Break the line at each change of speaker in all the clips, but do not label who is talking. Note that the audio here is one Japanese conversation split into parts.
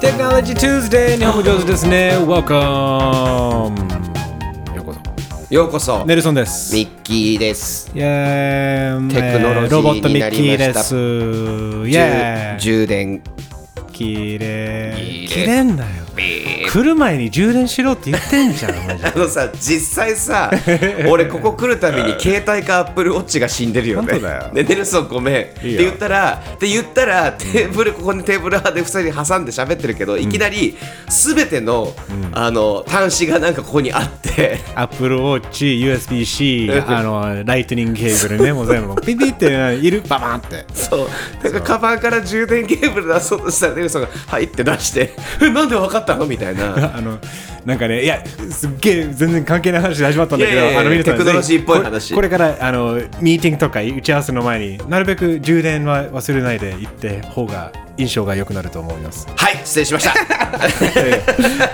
Technology Tuesday 日本語上手ですね Welcome ようこそ
ようこそ、
ネルソンです
ミッキーです
イエーイ
テクノロジー
ロボットミッキーですイエーイ
充充電
きれ
い
い
いです
きれんだよ来る前に充電しろって言ってんじゃん マジで
あのさ実 際さ俺ここ来るたびに携帯かアップルウォッチが死んでるよね
本当だよ
でネルソンごめんって
いよ
言ったらって言ったらテーブルここにテーブルで普通に挟んで喋ってるけど、いきなり全ての、あの端子がなんかここにあ って
アップルウォッチ USB-C あのライトニングケーブルねもう全部 ピピっているババンって
そうなんかカバンから充電ケーブル出そうとしたらネルソンが「はい」って出して 「えなんでわかったの?」みたい な。
あのなんかね、いや、すっげえ全然関係ない話で始まったんだけ
いやいや
ど、
いや
あの皆さん
テクノロジーっぽい
ぜひ
話
これこれからあのミーティングとか打ち合わせの前に、なるべく充電は忘れないで行って方が印象が良くなると思い ます。
はい失礼しました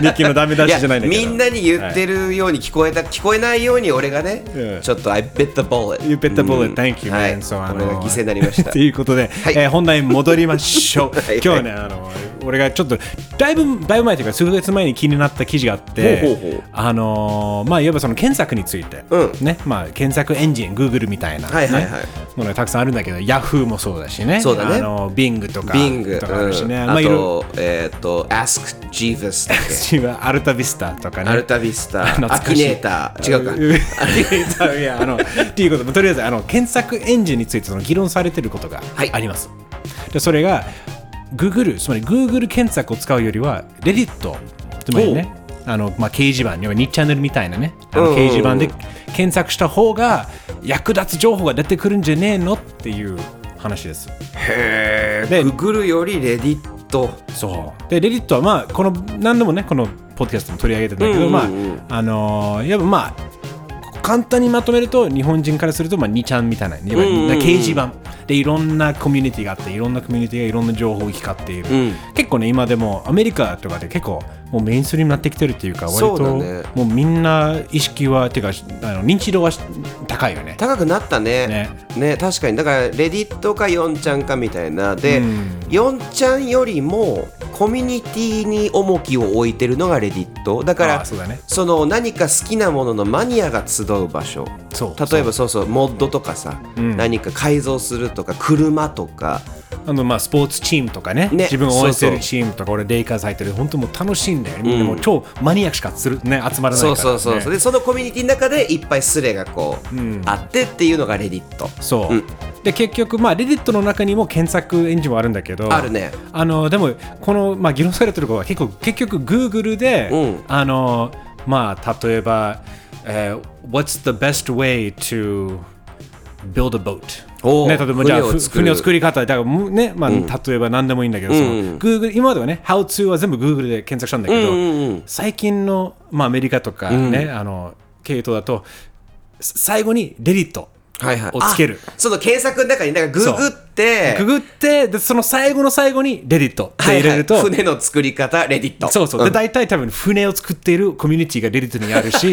日記のダメ出
いや
しじゃないんだけど。
みんなに言って
る。
るように聞こえた、聞こえないように俺がね、
うん
ちょっと I bet the bullet
You bet the bullet. Thank you,
はい
man. So, あ
俺が
の
犠牲になりま した
ということで、
はい
えー本題に戻りましょう。
はい
今日はね、あの俺がちょっとだいぶだいぶ前というか数ヶ月前に気になった記事があって、
ほうほうほう
あのーまあいわばその検索について、
うん
ね、まあ検索エンジン、Google みたいな、ね
はいはいはい
ものがたくさんあるんだけど、Yahoo もそうだしね、
そうだね
あの Bing とか
Bing
とかあるしね、
うん
まあ
あ
いろ
とえっと Ask Jeeves だっけ
いろアルタビスタとかね。
アルタビスタ
懐
ア
か
キ
しい
ネータ ー違うか
か。い や、あの、っていうことで、とりあえず、あの、検索エンジンについて、その議論されてることが
はい
あります。で、それが、Google、つまり Google 検索を使うよりは、Reddit、つまりね、あの、まあ、掲示板、要は2チャンネルみたいなね、あ
うんう
の
んうん
掲示板で検索した方が、役立つ情報が出てくるんじゃねえのっていう話です。
へ
で
えググるよりレディット
そうでレディットはまあこの何度もねこのポッドキャストも取り上げてたんだけど、
うんうんうん
まああのー、やっぱまあ簡単にまとめると日本人からすると、まあ、2ちゃんみたいな、いわゆる
うんうんうん
掲示板でいろんなコミュニティがあっていろんなコミュニティがいろんな情報を行き交っている、
うん
結構ね今でもアメリカとかで結構もうメインストリームになってきてるっていうか割
そ
と
うだね
もうみんな意識はてかあの認知度は高いよね。
高くなったね
ね
ね確かにだからレディットかヨンちゃんかみたいなで、
うん
ヨンちゃんよりもコミュニティに重きを置いてるのがレディットだか
あ
ら
そうだね
その何か好きなもののマニアが集う場所
そう
例えばそうそうモッドとかさ、
うん
何か改造するとか車とか
あのまあスポーツチームとかね
ね
自分を応援して
そ
る
うそう
チームとか俺レイカーズ入ってる本当もう楽しいんだよね、みんなもう超マニアックしかする、ね、集まらないから、
そう
ね、
そうそうそうでそのコミュニティの中でいっぱいスレがこう、
うん
あってっていうのがレディット
そう
うん
で結局まあレディットの中にも検索エンジンもあるんだけど
あるね
あのでもこの、まあ、議論されてることは結構結局 Google で、
うん
あのまあ例えば、えー What's the best way to build a boat?
おう
ね、例えばじゃあ
船を
ふ
作る
船を作り方だからむね、まあ例えば何でもいいんだけど、その
うん
Google 今まではね「How to」は全部 Google で検索したんだけど、
うんうんうん
最近の、まあ、アメリカとかね、あの系統だとさ最後に「レディット」
はいはい
をつける
あその検索の中になんかググって
ググってでその最後の最後に「レディット」って入れると、
はいはい船の作り方レディット
そうそう。で、大体多分船を作っているコミュニティがレディットにある し、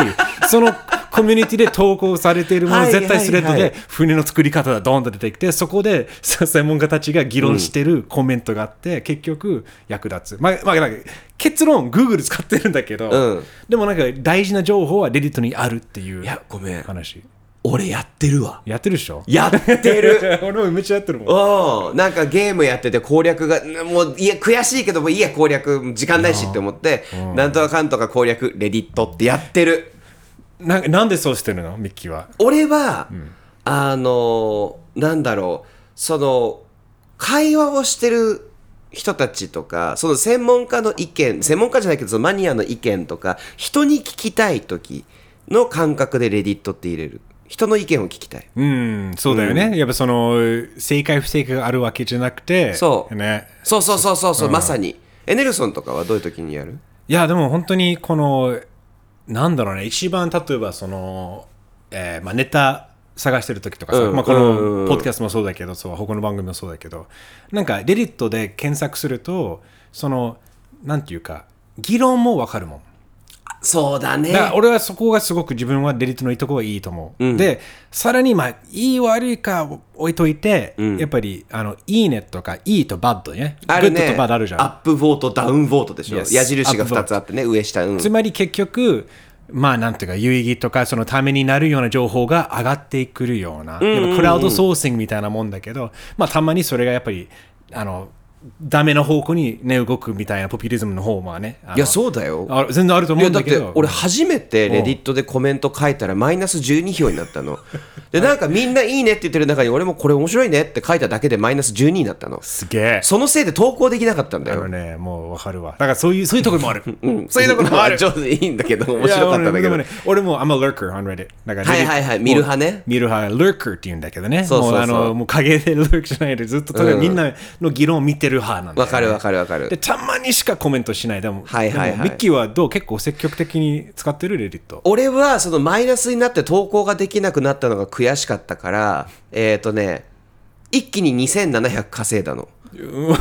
そのコミュニティで投稿されているも
は
の、
い
絶対スレッド
はいは
で
い
船の作り方がドーンと出てきて、そこで さ専門家たちが議論してるコメントがあって、結局役立つ。まあ、まあ、なんか結論、Google 使ってるんだけど、
うん
でもなんか大事な情報はレディットにあるっていう
いやごめん
話。
俺やってるわ
やってるでしょ
やってる
俺もめっちゃやってるもん。
おーなんかゲームやってて攻略がんもういや悔しいけどもういいや攻略時間ないしって思って、なんとかかんとか攻略レディットってやってる
ななんでそうしてるのミッキーは。
俺は、あのーなんだろうその会話をしてる人たちとかその専門家の意見専門家じゃないけどそのマニアの意見とか人に聞きたい時の感覚でレディットって入れる人の意見を聞きたい
うん、そうだよね。やっぱその、正解不正解があるわけじゃなくて、
そう
ね。
そうそうそうそうそう、まさにエネルソンとかはどういう時にやる
いや、でも本当にこの、なんだろうね、一番例えばその、えーまあ、ネタ探してる時とかさ、
うん
まあ、こ
うんう
の
ん
ポッドキャストもそうだけど、そう他の番組もそうだけど、なんかレディットで検索すると、その、なんていうか、議論もわかるもん。
そうだね
だから俺はそこがすごく自分はデリットのいいとこはいいと思う、
うん
でさらにまあいい悪いか置いといて、
うん
やっぱりあのいいねとかいいとバッドね
あるね
グッドとバッドあるじゃん
アップボートダウンボートでしょ
Yes
矢印が2つあってね上下うん
つまり結局まあなんていうか有意義とかそのためになるような情報が上がってくるような、やっぱクラウドソーシングみたいなもんだけど、まあ、たまにそれがやっぱりあのダメな方向に、ね、動くみたいなポピュリズムの方もねあの
いやそうだよ
あ全然あると
い
思う
や
ん
だ
だ
っ
け
て
ど
俺初めてレディットでコメント書いたらマイナス12票になったの でなんかみんないいねって言ってる中に俺もこれ面白いねって書いただけでマイナス12になったの
すげえ
そのせいで投稿できなかったんだ
あ
よ
のねもうわかるわだからそういうそういうところもある
うんそういうところも 上手でいいんだけど面白かったんだけ
いや
ど
俺もね俺も I'm a lurker on Reddit だから
はいはいはい見る派ね
見る派 lurker って言うんだけどね
そうそうそう
もうあのもう影で lurk じゃないでずっととにかくみんなの議論を見てる派なんだよね
わかるわかるわかる
でたまにしかコメントしないでも,、
はいはいはい
でもミッキーはどう結構積極的に使ってるレディット
俺はそのマイナスになって投稿ができなくなったのが悔しかったからえっ、とね一気に2700稼いだの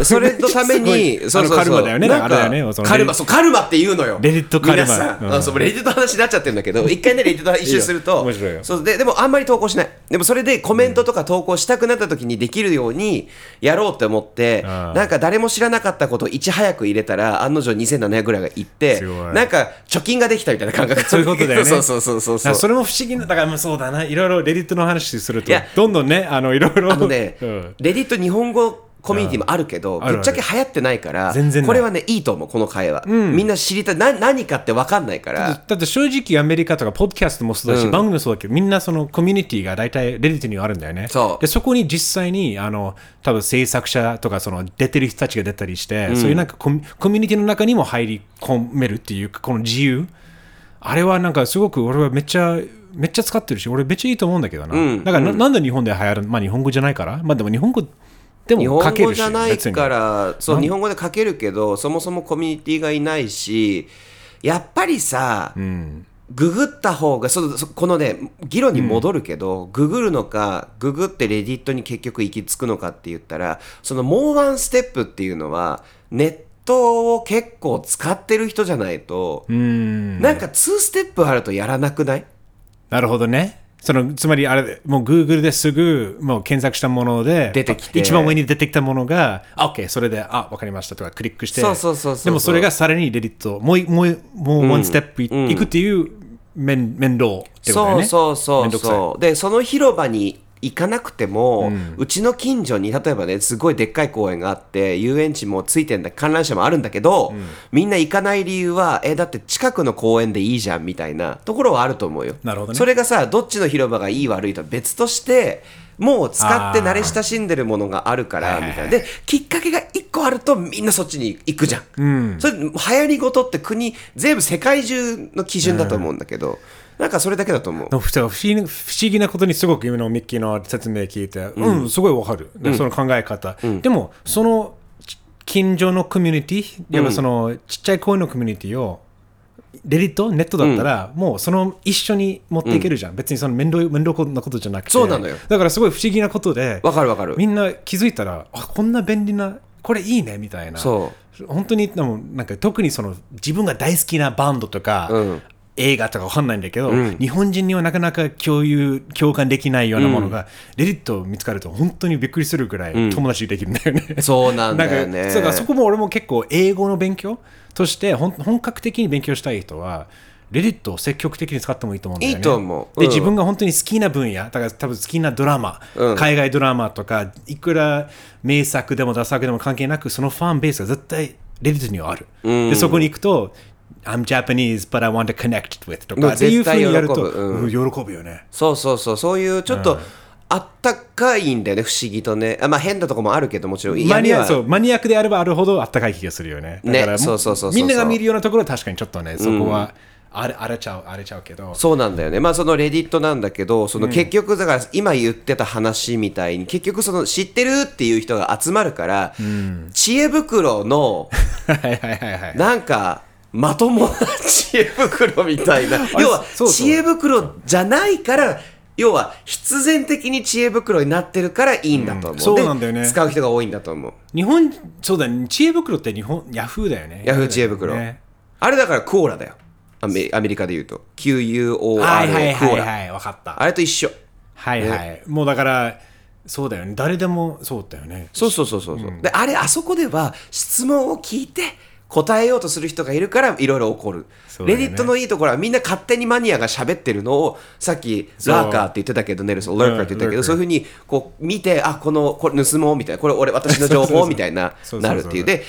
それのために
すごいあのカルマだよね
な
だ
んか
からあれだよねその
カルマそうカルマって言うのよ
レディットカルマ
皆さん、
うん
あそうレディットの話になっちゃってるんだ けど一回ねレディットの話一周する
いい
と
よ面白いよ
そうででもあんまり投稿しないでもそれでコメントとか投稿したくなった時にできるようにやろうって思って、
ん
なんか誰も知らなかったことをいち早く入れたら案の定2700ぐらいがいって
すごい
なんか貯金ができたみたいな感覚
そういうことだよね
そうそうそうそう
だか
そう
らそれも不思議なだからもうそうだないろいろレディットの話する
い
と
や
どんどんねあのいろいろ
あのね、
うん
レディット日本語コミュニティもあるけど、
あるある
ぶっちゃけ流行ってないから、
全然ない
これはね、いいと思う、この会話。みんな知りたい。な何かって分かんないから。
だって正直アメリカとかポッドキャストもそうだし、
うん
番組もそうだけどみんなそのコミュニティが大体レディットにはあるんだよね
そう
でそこに実際にあの多分制作者とかその出てる人たちが出たりして、そういうなんかコミコミュニティの中にも入り込めるっていうかこの自由あれはなんかすごく俺はめっちゃめっちゃ使ってるし俺めっちゃいいと思うんだけどな、
うん
だからな,、んで日本で流行るまあ日本語じゃないからまあでも日本語で
日
も書
本
け
語
るし
じゃない
別に
から、そ
な
う、
ん
日本語で書けるけど、そもそもコミュニティがいないし、やっぱりさ、ググった方がそうそこのね議論に戻るけど、ググるのかググってレディットに結局行き着くのかって言ったらそのもうワンステップっていうのはネットを結構使ってる人じゃないと、
うん
なんか2ステップあるとやらなくない
なるほどね。そのつまりあれもう Google ですぐもう検索したもので
出てきて
一番上に出てきたものがあ OK それであ分かりましたとかクリックして
そうそうそうそう
でもそれがさらにレディットもういもういもうワンステップい,、
うん
くっていう面面倒ってことだよね
そうそう
面
そ
倒
う
くさい
そうでその広場に行かなくても、うちの近所に例えばねすごいでっかい公園があって遊園地もついてんだ観覧車もあるんだけど、みんな行かない理由はえだって近くの公園でいいじゃんみたいなところはあると思うよ
なるほどね
それがさどっちの広場がいい悪いとは別としてもう使って慣れ親しんでるものがあるからみたいなできっかけが1個あるとみんなそっちに行くじゃん、それ流行り事って国全部世界中の基準だと思うんだけど、なんかそれだけだと思う
でも不思議な不思議なことにすごく今のミッキーの説明聞いて、うん、すごいわかる、でその考え方。でも、そのち近所のコミュニティ、やっぱそのちっちゃい公園のコミュニティを、レディット、ネットだったら、もうその一緒に持っていけるじゃん。別にその面倒い面倒なことじゃなくて。
そうなのよ
だからすごい不思議なことで、
わかるわかる
みんな気づいたら、あこんな便利な、これいいねみたいな。
そう
本当にでもなんか特にその自分が大好きなバンドとか、
うん
映画とかわかんないんだけど、日本人にはなかなか共有共感できないようなものが、レディットを見つかると本当にびっくりするぐらい友達できるんだよね、
そうなんだよ
な
ね
んかそうかそこも俺も結構英語の勉強として本本格的に勉強したい人はレディットを積極的に使ってもいいと思うんだよね。
いいと思う
で
うん
自分が本当に好きな分野だから多分好きなドラマ、
うん
海外ドラマとかいくら名作でもダ作でも関係なくそのファンベースが絶対レディットにはある。でそこに行くと I'm Japanese but I want to connect with と
もう
かっていうふうにやると
絶対喜ぶうん
うん喜ぶよね。
そうそうそうそういうちょっとあったかいんだよね不思議とねあまあ変なとこもあるけどもちろん
マニ
闇
ア
は
そうマニアックであればあるほどあったかい気がするよね。だ
ね
からも
そうそうそうそうそう
みんなが見るようなところは確かにちょっとね、そこは荒れ荒れちゃう、荒れちゃうけど。
そうなんだよね。まあそのレディットなんだけど、その結局だから今言ってた話みたいに、結局その知ってるっていう人が集まるから、知恵袋の
はいはいはいはい。
なんか、まともな知恵袋みたい な。要は
そうそう、
知恵袋じゃないから、要は必然的に知恵袋になってるからいいんだと思う。
うんそうなんだよね
で使う人が多いんだと思う。
日本、そうだね、知恵袋って日本、ヤフーだよね。
ヤフー知恵袋。
ね
あれだからコーラだよ。アメアメリカで言うと QUORA コーラ、
はいはいはいはい、わかった。
あれと一緒
はいはい。もうだから、そうだよね。誰でもそうだよね。
そうそうそうそうそう、であれあそこでは質問を聞いて答えようとする人がいるからいろいろ起こる、
そうだ
レ
よね
ディットのいいところはみんな勝手にマニアが喋ってるのをさっきラーカーって言ってたけどネルソンラーカーって言ったけど、
うん
そういうふうにこう見てあこのこれ盗もうみたいなこれ俺私の
そ
情
うそうそ
報
う
みたいな
そうそうそう
なるっていうで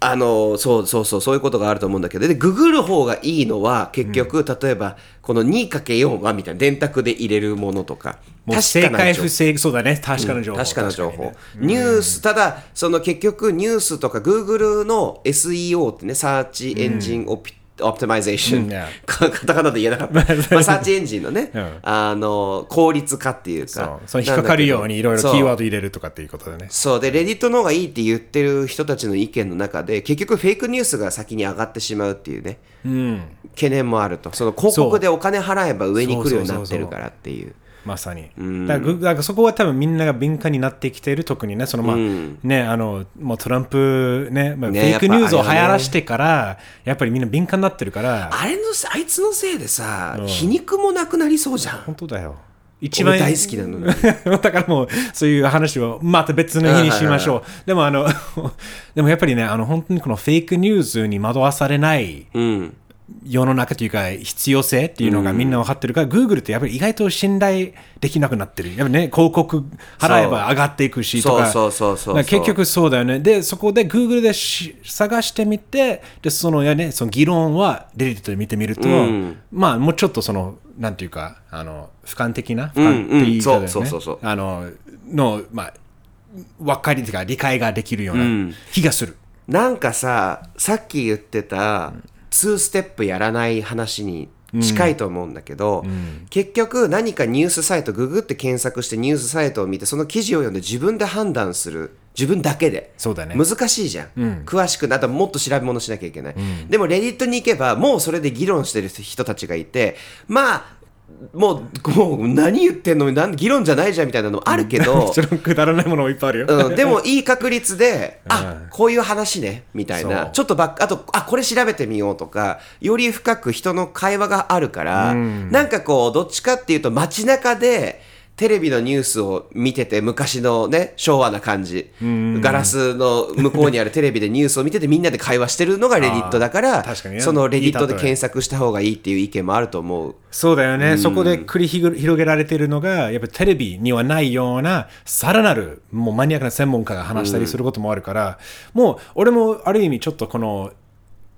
あのそうそうそうそういうことがあると思うんだけどでググる方がいいのは結局、例えばこの 2×4 はみたいな電卓で入れるものとか
もう正
確かな
解
情報
不正、そうだね。確かな情報。
確かな情報、
ね
ニュースただその結局ニュースとか Google の SEO ってねサーチエンジンオピ、オプティマイゼーション、
うん yeah
カタカナで言え なかった、まあ、サーチエンジンのね、
うん
あの効率化っていうか
そう。その引っかかるようにいろいろキーワード入れるとかっていうことだね。
そうで、レディットの方がいいって言ってる人たちの意見の中で、結局フェイクニュースが先に上がってしまうっていうね、懸念もあると。その広告でお金払えば上に来るようになってるからっていう。
まさに。だからぐだからそこは多分みんなが敏感になってきている、特にね、そのまあ、ね、あの、もうトランプね、まあ
ね
フェイクニュースを流
やっぱあれはね
行らしてから、やっぱりみんな敏感になってるから、
あれの、あいつのせいでさ、皮肉もなくなりそうじゃん。
本当だよ。
一番大好きなの に。
だからもうそういう話をまた別の日にしましょう。でもあの でもやっぱりねあの本当にこのフェイクニュースに惑わされない
うん。
世の中というか必要性っていうのがみんな分かってるから、Google ってやっぱり意外と信頼できなくなってる。やっぱね広告払えば上がっていくしとか。
そうそうそうそうそう
だから結局そうだよね。でそこで Google でし探してみてでそのやねその議論はレディットで見てみると、まあもうちょっとそのなんていうかあの俯瞰的な俯瞰って言い方だよね。
うんうんそうそうそうそう
あののまあ分かりというか理解ができるような気がする。
なんかさ、さっき言ってた、2ステップやらない話に近いと思うんだけど、結局何かニュースサイト、ググって検索してニュースサイトを見て、その記事を読んで自分で判断する。自分だけで。
そうだね
難しいじゃん。詳しくなったらもっと調べ物しなきゃいけない。でも、レディットに行けば、もうそれで議論してる人たちがいて、まあ、もう、もう何言ってんのなん議論じゃないじゃんみたい なのもあるけ ど、
そのくだらないものもいっぱいあるよ。
うん、でもいい確 率で、あこういう話ね、みたい
そ
な、
う
ちょっとばっあと、あこれ調べてみようとか、より深く人の会話があるから、なんかこう、どっちかっていうと、街中で、テレビのニュースを見てて、昔のね、昭和な感じ、ガラスの向こ うにあるテレビでニュースを見てて、みんなで会話してるのがレディットだから、
確かにね
そのレディット
いい例
で
え
検索した方がいいっていう意見もあると思う。
そうだよね、そこで繰り広げられているのが、やっぱテレビにはないような、さらなるもうマニアックな専門家が話したりすることもあるから、もう俺もある意味、ちょっとこの、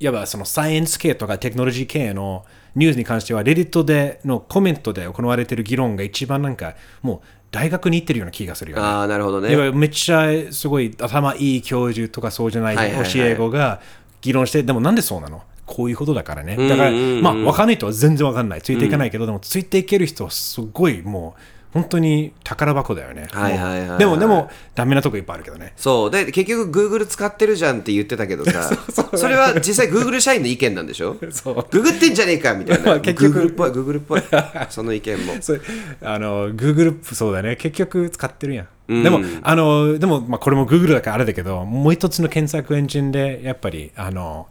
いわばそのサイエンス系とかテクノロジー系のニュースに関しては、レディットでのコメントで行われている議論が一番なんか、もう大学に行ってるような気がするよね。
ああ、なるほどね。
いわゆるめっちゃすごい頭いい教授とかそうじゃない
はいはいはい
教え子が議論して、でもなんでそうなのこういうことだからね。だから、まあ、わかんない人は全然わかんない。ついていかないけど、でもついていける人はすごいもう、本当に宝箱だよね。
はいはいはいはい
でも、でも、ダメなとこいっぱいあるけどね。
そう。で、結局、Google 使ってるじゃんって言ってたけどさ、それは実際 Google 社員の意見なんでしょ
そう
ググってんじゃねえかみたい
ま
な。
あ結局
Google っぽい、Google っぽい。その意見も。
それあの Google そうだね結局使ってるやん、でもあのでも、まあ、これも Google だからあれだけどもう一つの検索エンジンでやっぱりあの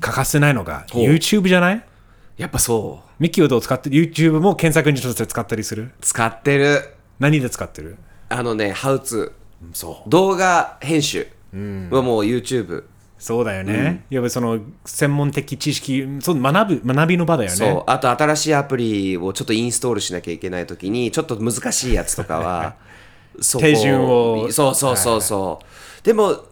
欠かせないのが YouTube じゃない
やっぱそ
ミキはどう使って YouTube も検索エンジンとして使ったりする
う。使ってる。
何で使ってる
あのね、How to。
そう
動画編集はもう YouTube。
そうだよね、いわばその専門的知識そう学ぶ学びの場だよね
そう。あと、新しいアプリをちょっとインストールしなきゃいけないときに、ちょっと難しいやつとか は、そこ
手順を
そうそうそうそう。でも、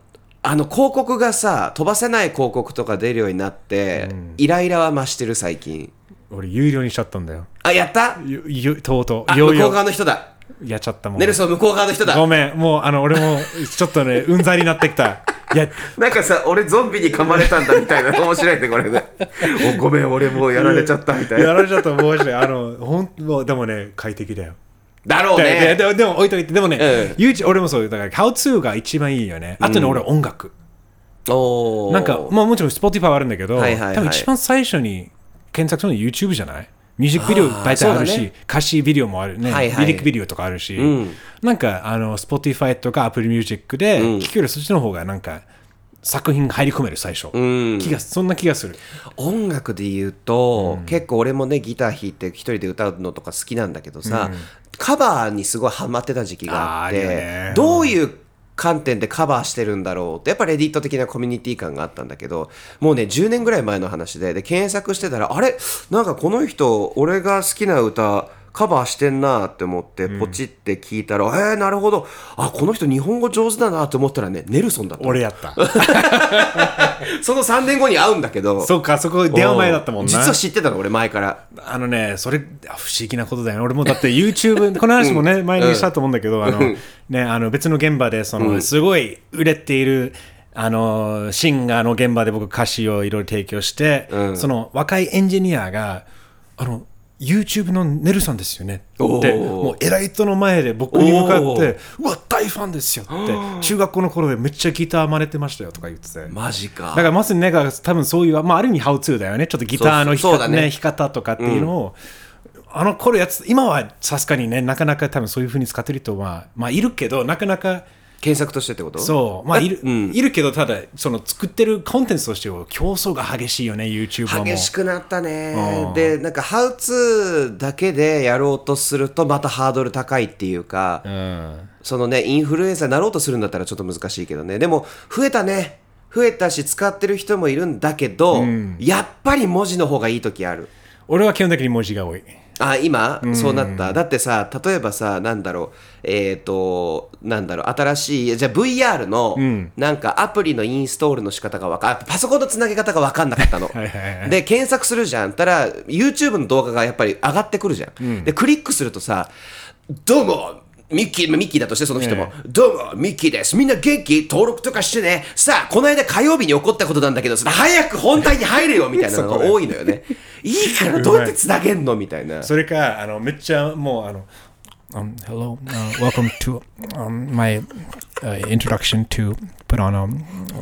あの、広告がさ、飛ばせない広告とか出るようになって、イライラは増してる、最近。
俺有料にしちゃったんだよ
あ、やった
ゆゆとうと
あ
うよ
向
う
こ
よ
う側の人だ。
うやっちゃったもん
ネルソン向こう側の人だ。
ごめんもうあの俺もちょっと ねうんざりになってきたいや
なんかさ、俺ゾンビに噛まれたんだみたいな。面白いね、これ ね。おごめん、俺もうやられちゃったみたい
や
な。
られちゃったもうあのほんもうでもね快適だよ
だろう
でで
ね。
ででも置いといてでもね、
え
YouTube 俺もそうだから How to が一番いいよねあとね、俺音楽
おー
なんか、まあもちろん Spotify はあるんだけど、
はいはいはい
多分一番最初に検索するの YouTube じゃないミュージックビデオ大体ある
そう
し、
だね
歌詞ビデオもあるね、
はいはい
リリックビデオとかあるし、なんかあの Spotify とか Apple Music で聴くよりそっちの方がなんか作品が入り込める最初、
うん
気がそんな気がする
音楽で言うと、結構俺もねギター弾いて一人で歌うのとか好きなんだけどさ、カバーにすごいハマってた時期
あー
があっ
あるよ
て
ね
どういう観点でカバーしてるんだろうってやっぱレディット的なコミュニティ感があったんだけどもうね10年ぐらい前の話でで検索してたらあれなんかこの人俺が好きな歌カバーしてんなって思ってポチって聞いたら、えー、なるほどあこの人日本語上手だなって思ったらねネルソンだった
俺やった
その3年後に会うんだけど
そっかそこ出会う前だったもんな
実は知ってたの俺前から
あのね、それ、あ不思議なことだよね。俺もだって YouTube、この 話もね、前にしたと思うんだけど、あの、ね、あの別の現場で、その、すごい売れている、あの、シンガーの現場で僕歌詞をいろいろ提供して、その若いエンジニアが、あの、YouTube のネルさんですよね
お
って、
ー
もう偉い人の前で僕に向かって、うわ、大ファンですよって、中学校の頃でめっちゃギター真似てましたよとか言ってて。
マジか
だからまさにね、多分そういう、まあ、ある意味、ハウツーだよね、ちょっとギターの弾き
そうそうだ
方,、
ね
ね弾き方とかっていうのを、あの頃やつ、今はさすがにね、なかなか多分そういうふうに使ってる人は、まあ、いるけど、なかなか、
検索としてってこと
そう、まあいる
うん
いるけど、ただ、その作ってるコンテンツとしては、競争が激しいよね、YouTuber も。
激しくなったね
うん
でなんかハウツーだけでやろうとするとまたハードル高いっていうか、
うん
そのねインフルエンサーになろうとするんだったらちょっと難しいけどねでも増えたね増えたし使ってる人もいるんだけど、やっぱり文字の方がいい時ある
俺は基本的に文字が多い。
あ今そうなっただってさ例えばさなんだろうえっ、となんだろう新しいじゃあ VR の、なんかアプリのインストールの仕方がわかんパソコンのつなげ方がわかんなかったの
はいはいはい
で検索するじゃんたら YouTube の動画がやっぱり上がってくるじゃん、でクリックするとさどうもミッキー、まあミッキーだとしてその人も、どうも、ミッキーです。みんな元気登録とかしてね。さあ、この間火曜日に起こったことなんだけど、それ早く本題に入れよみたいなの が多いのよね。いいからどうやってつなげんのみたいな。
それか、あのめっちゃもう、あの、Um, hello, uh, welcome to um, my uh, introduction to put on a,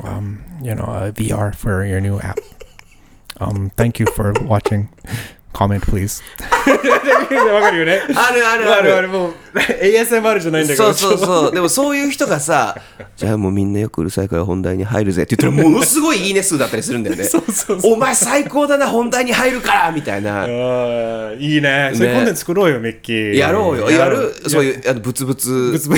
um, you know, a VR for your new app. Um, thank you for watching. Comment, please. わかるよね。
あるあるある
あるもう ASMR じゃないんだけ
そ
ど。
うそうそう。でもそういう人 がさ、じゃあもうみんなよくうるさいから本題に入るぜって言ったらものすごいいいね数だったりするんだよね。
そうそうそ
お前最高だな、本題に入るからみたいな。
あーいいね。それ
ね
今度作ろうよ、メッキー。
やろうよ。や る、そう
う。
いう、あの、ブツブ
ぶ
ツ。
つぶ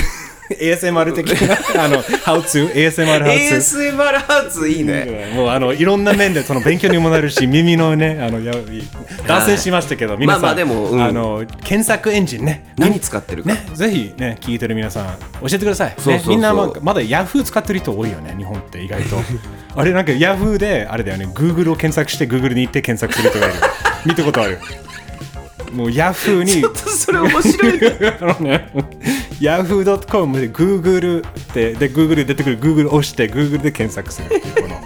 ASMR 的な、あの、How to? ASMR How to?
ASMR ハウツいいね。
もうあのいろんな面でその勉強にもなるし耳の ねあのや脱線しましたけど皆さん、
まあまあでもうん
あの検索エンジンね
何使ってるか。
ねぜひね聞いてる皆さん教えてください、ね、
そうそうそう
みんなまあまだ Yahoo 使ってる人多いよね日本って意外 とあれなんか Yahoo であれだよね Google を検索して Google に行って検索する人がいる見たことあるもう Yahoo に
ちょっとそれ面白いね。
あのね、yahoo.com で Google ってで Google で出てくる Google を押して Google で検索するっていうこの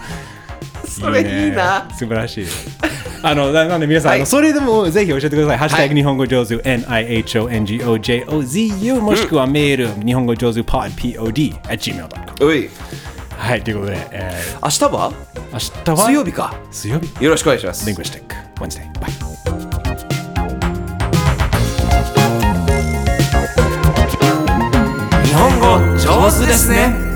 それいいな
ね素晴らしいあのななんで皆さん、
はい
あのそれでもぜひ教えてください「ハッシュタグ日本語上手 NIHONGOJOZU」もしくはメール、日本語上手 podpod at gmail.com
おい、
はいということで、え
明日は
ー明日は
水曜日か。
水曜日
よろしくお願いします。
Linguistic Wednesday bye
日本語上手ですね。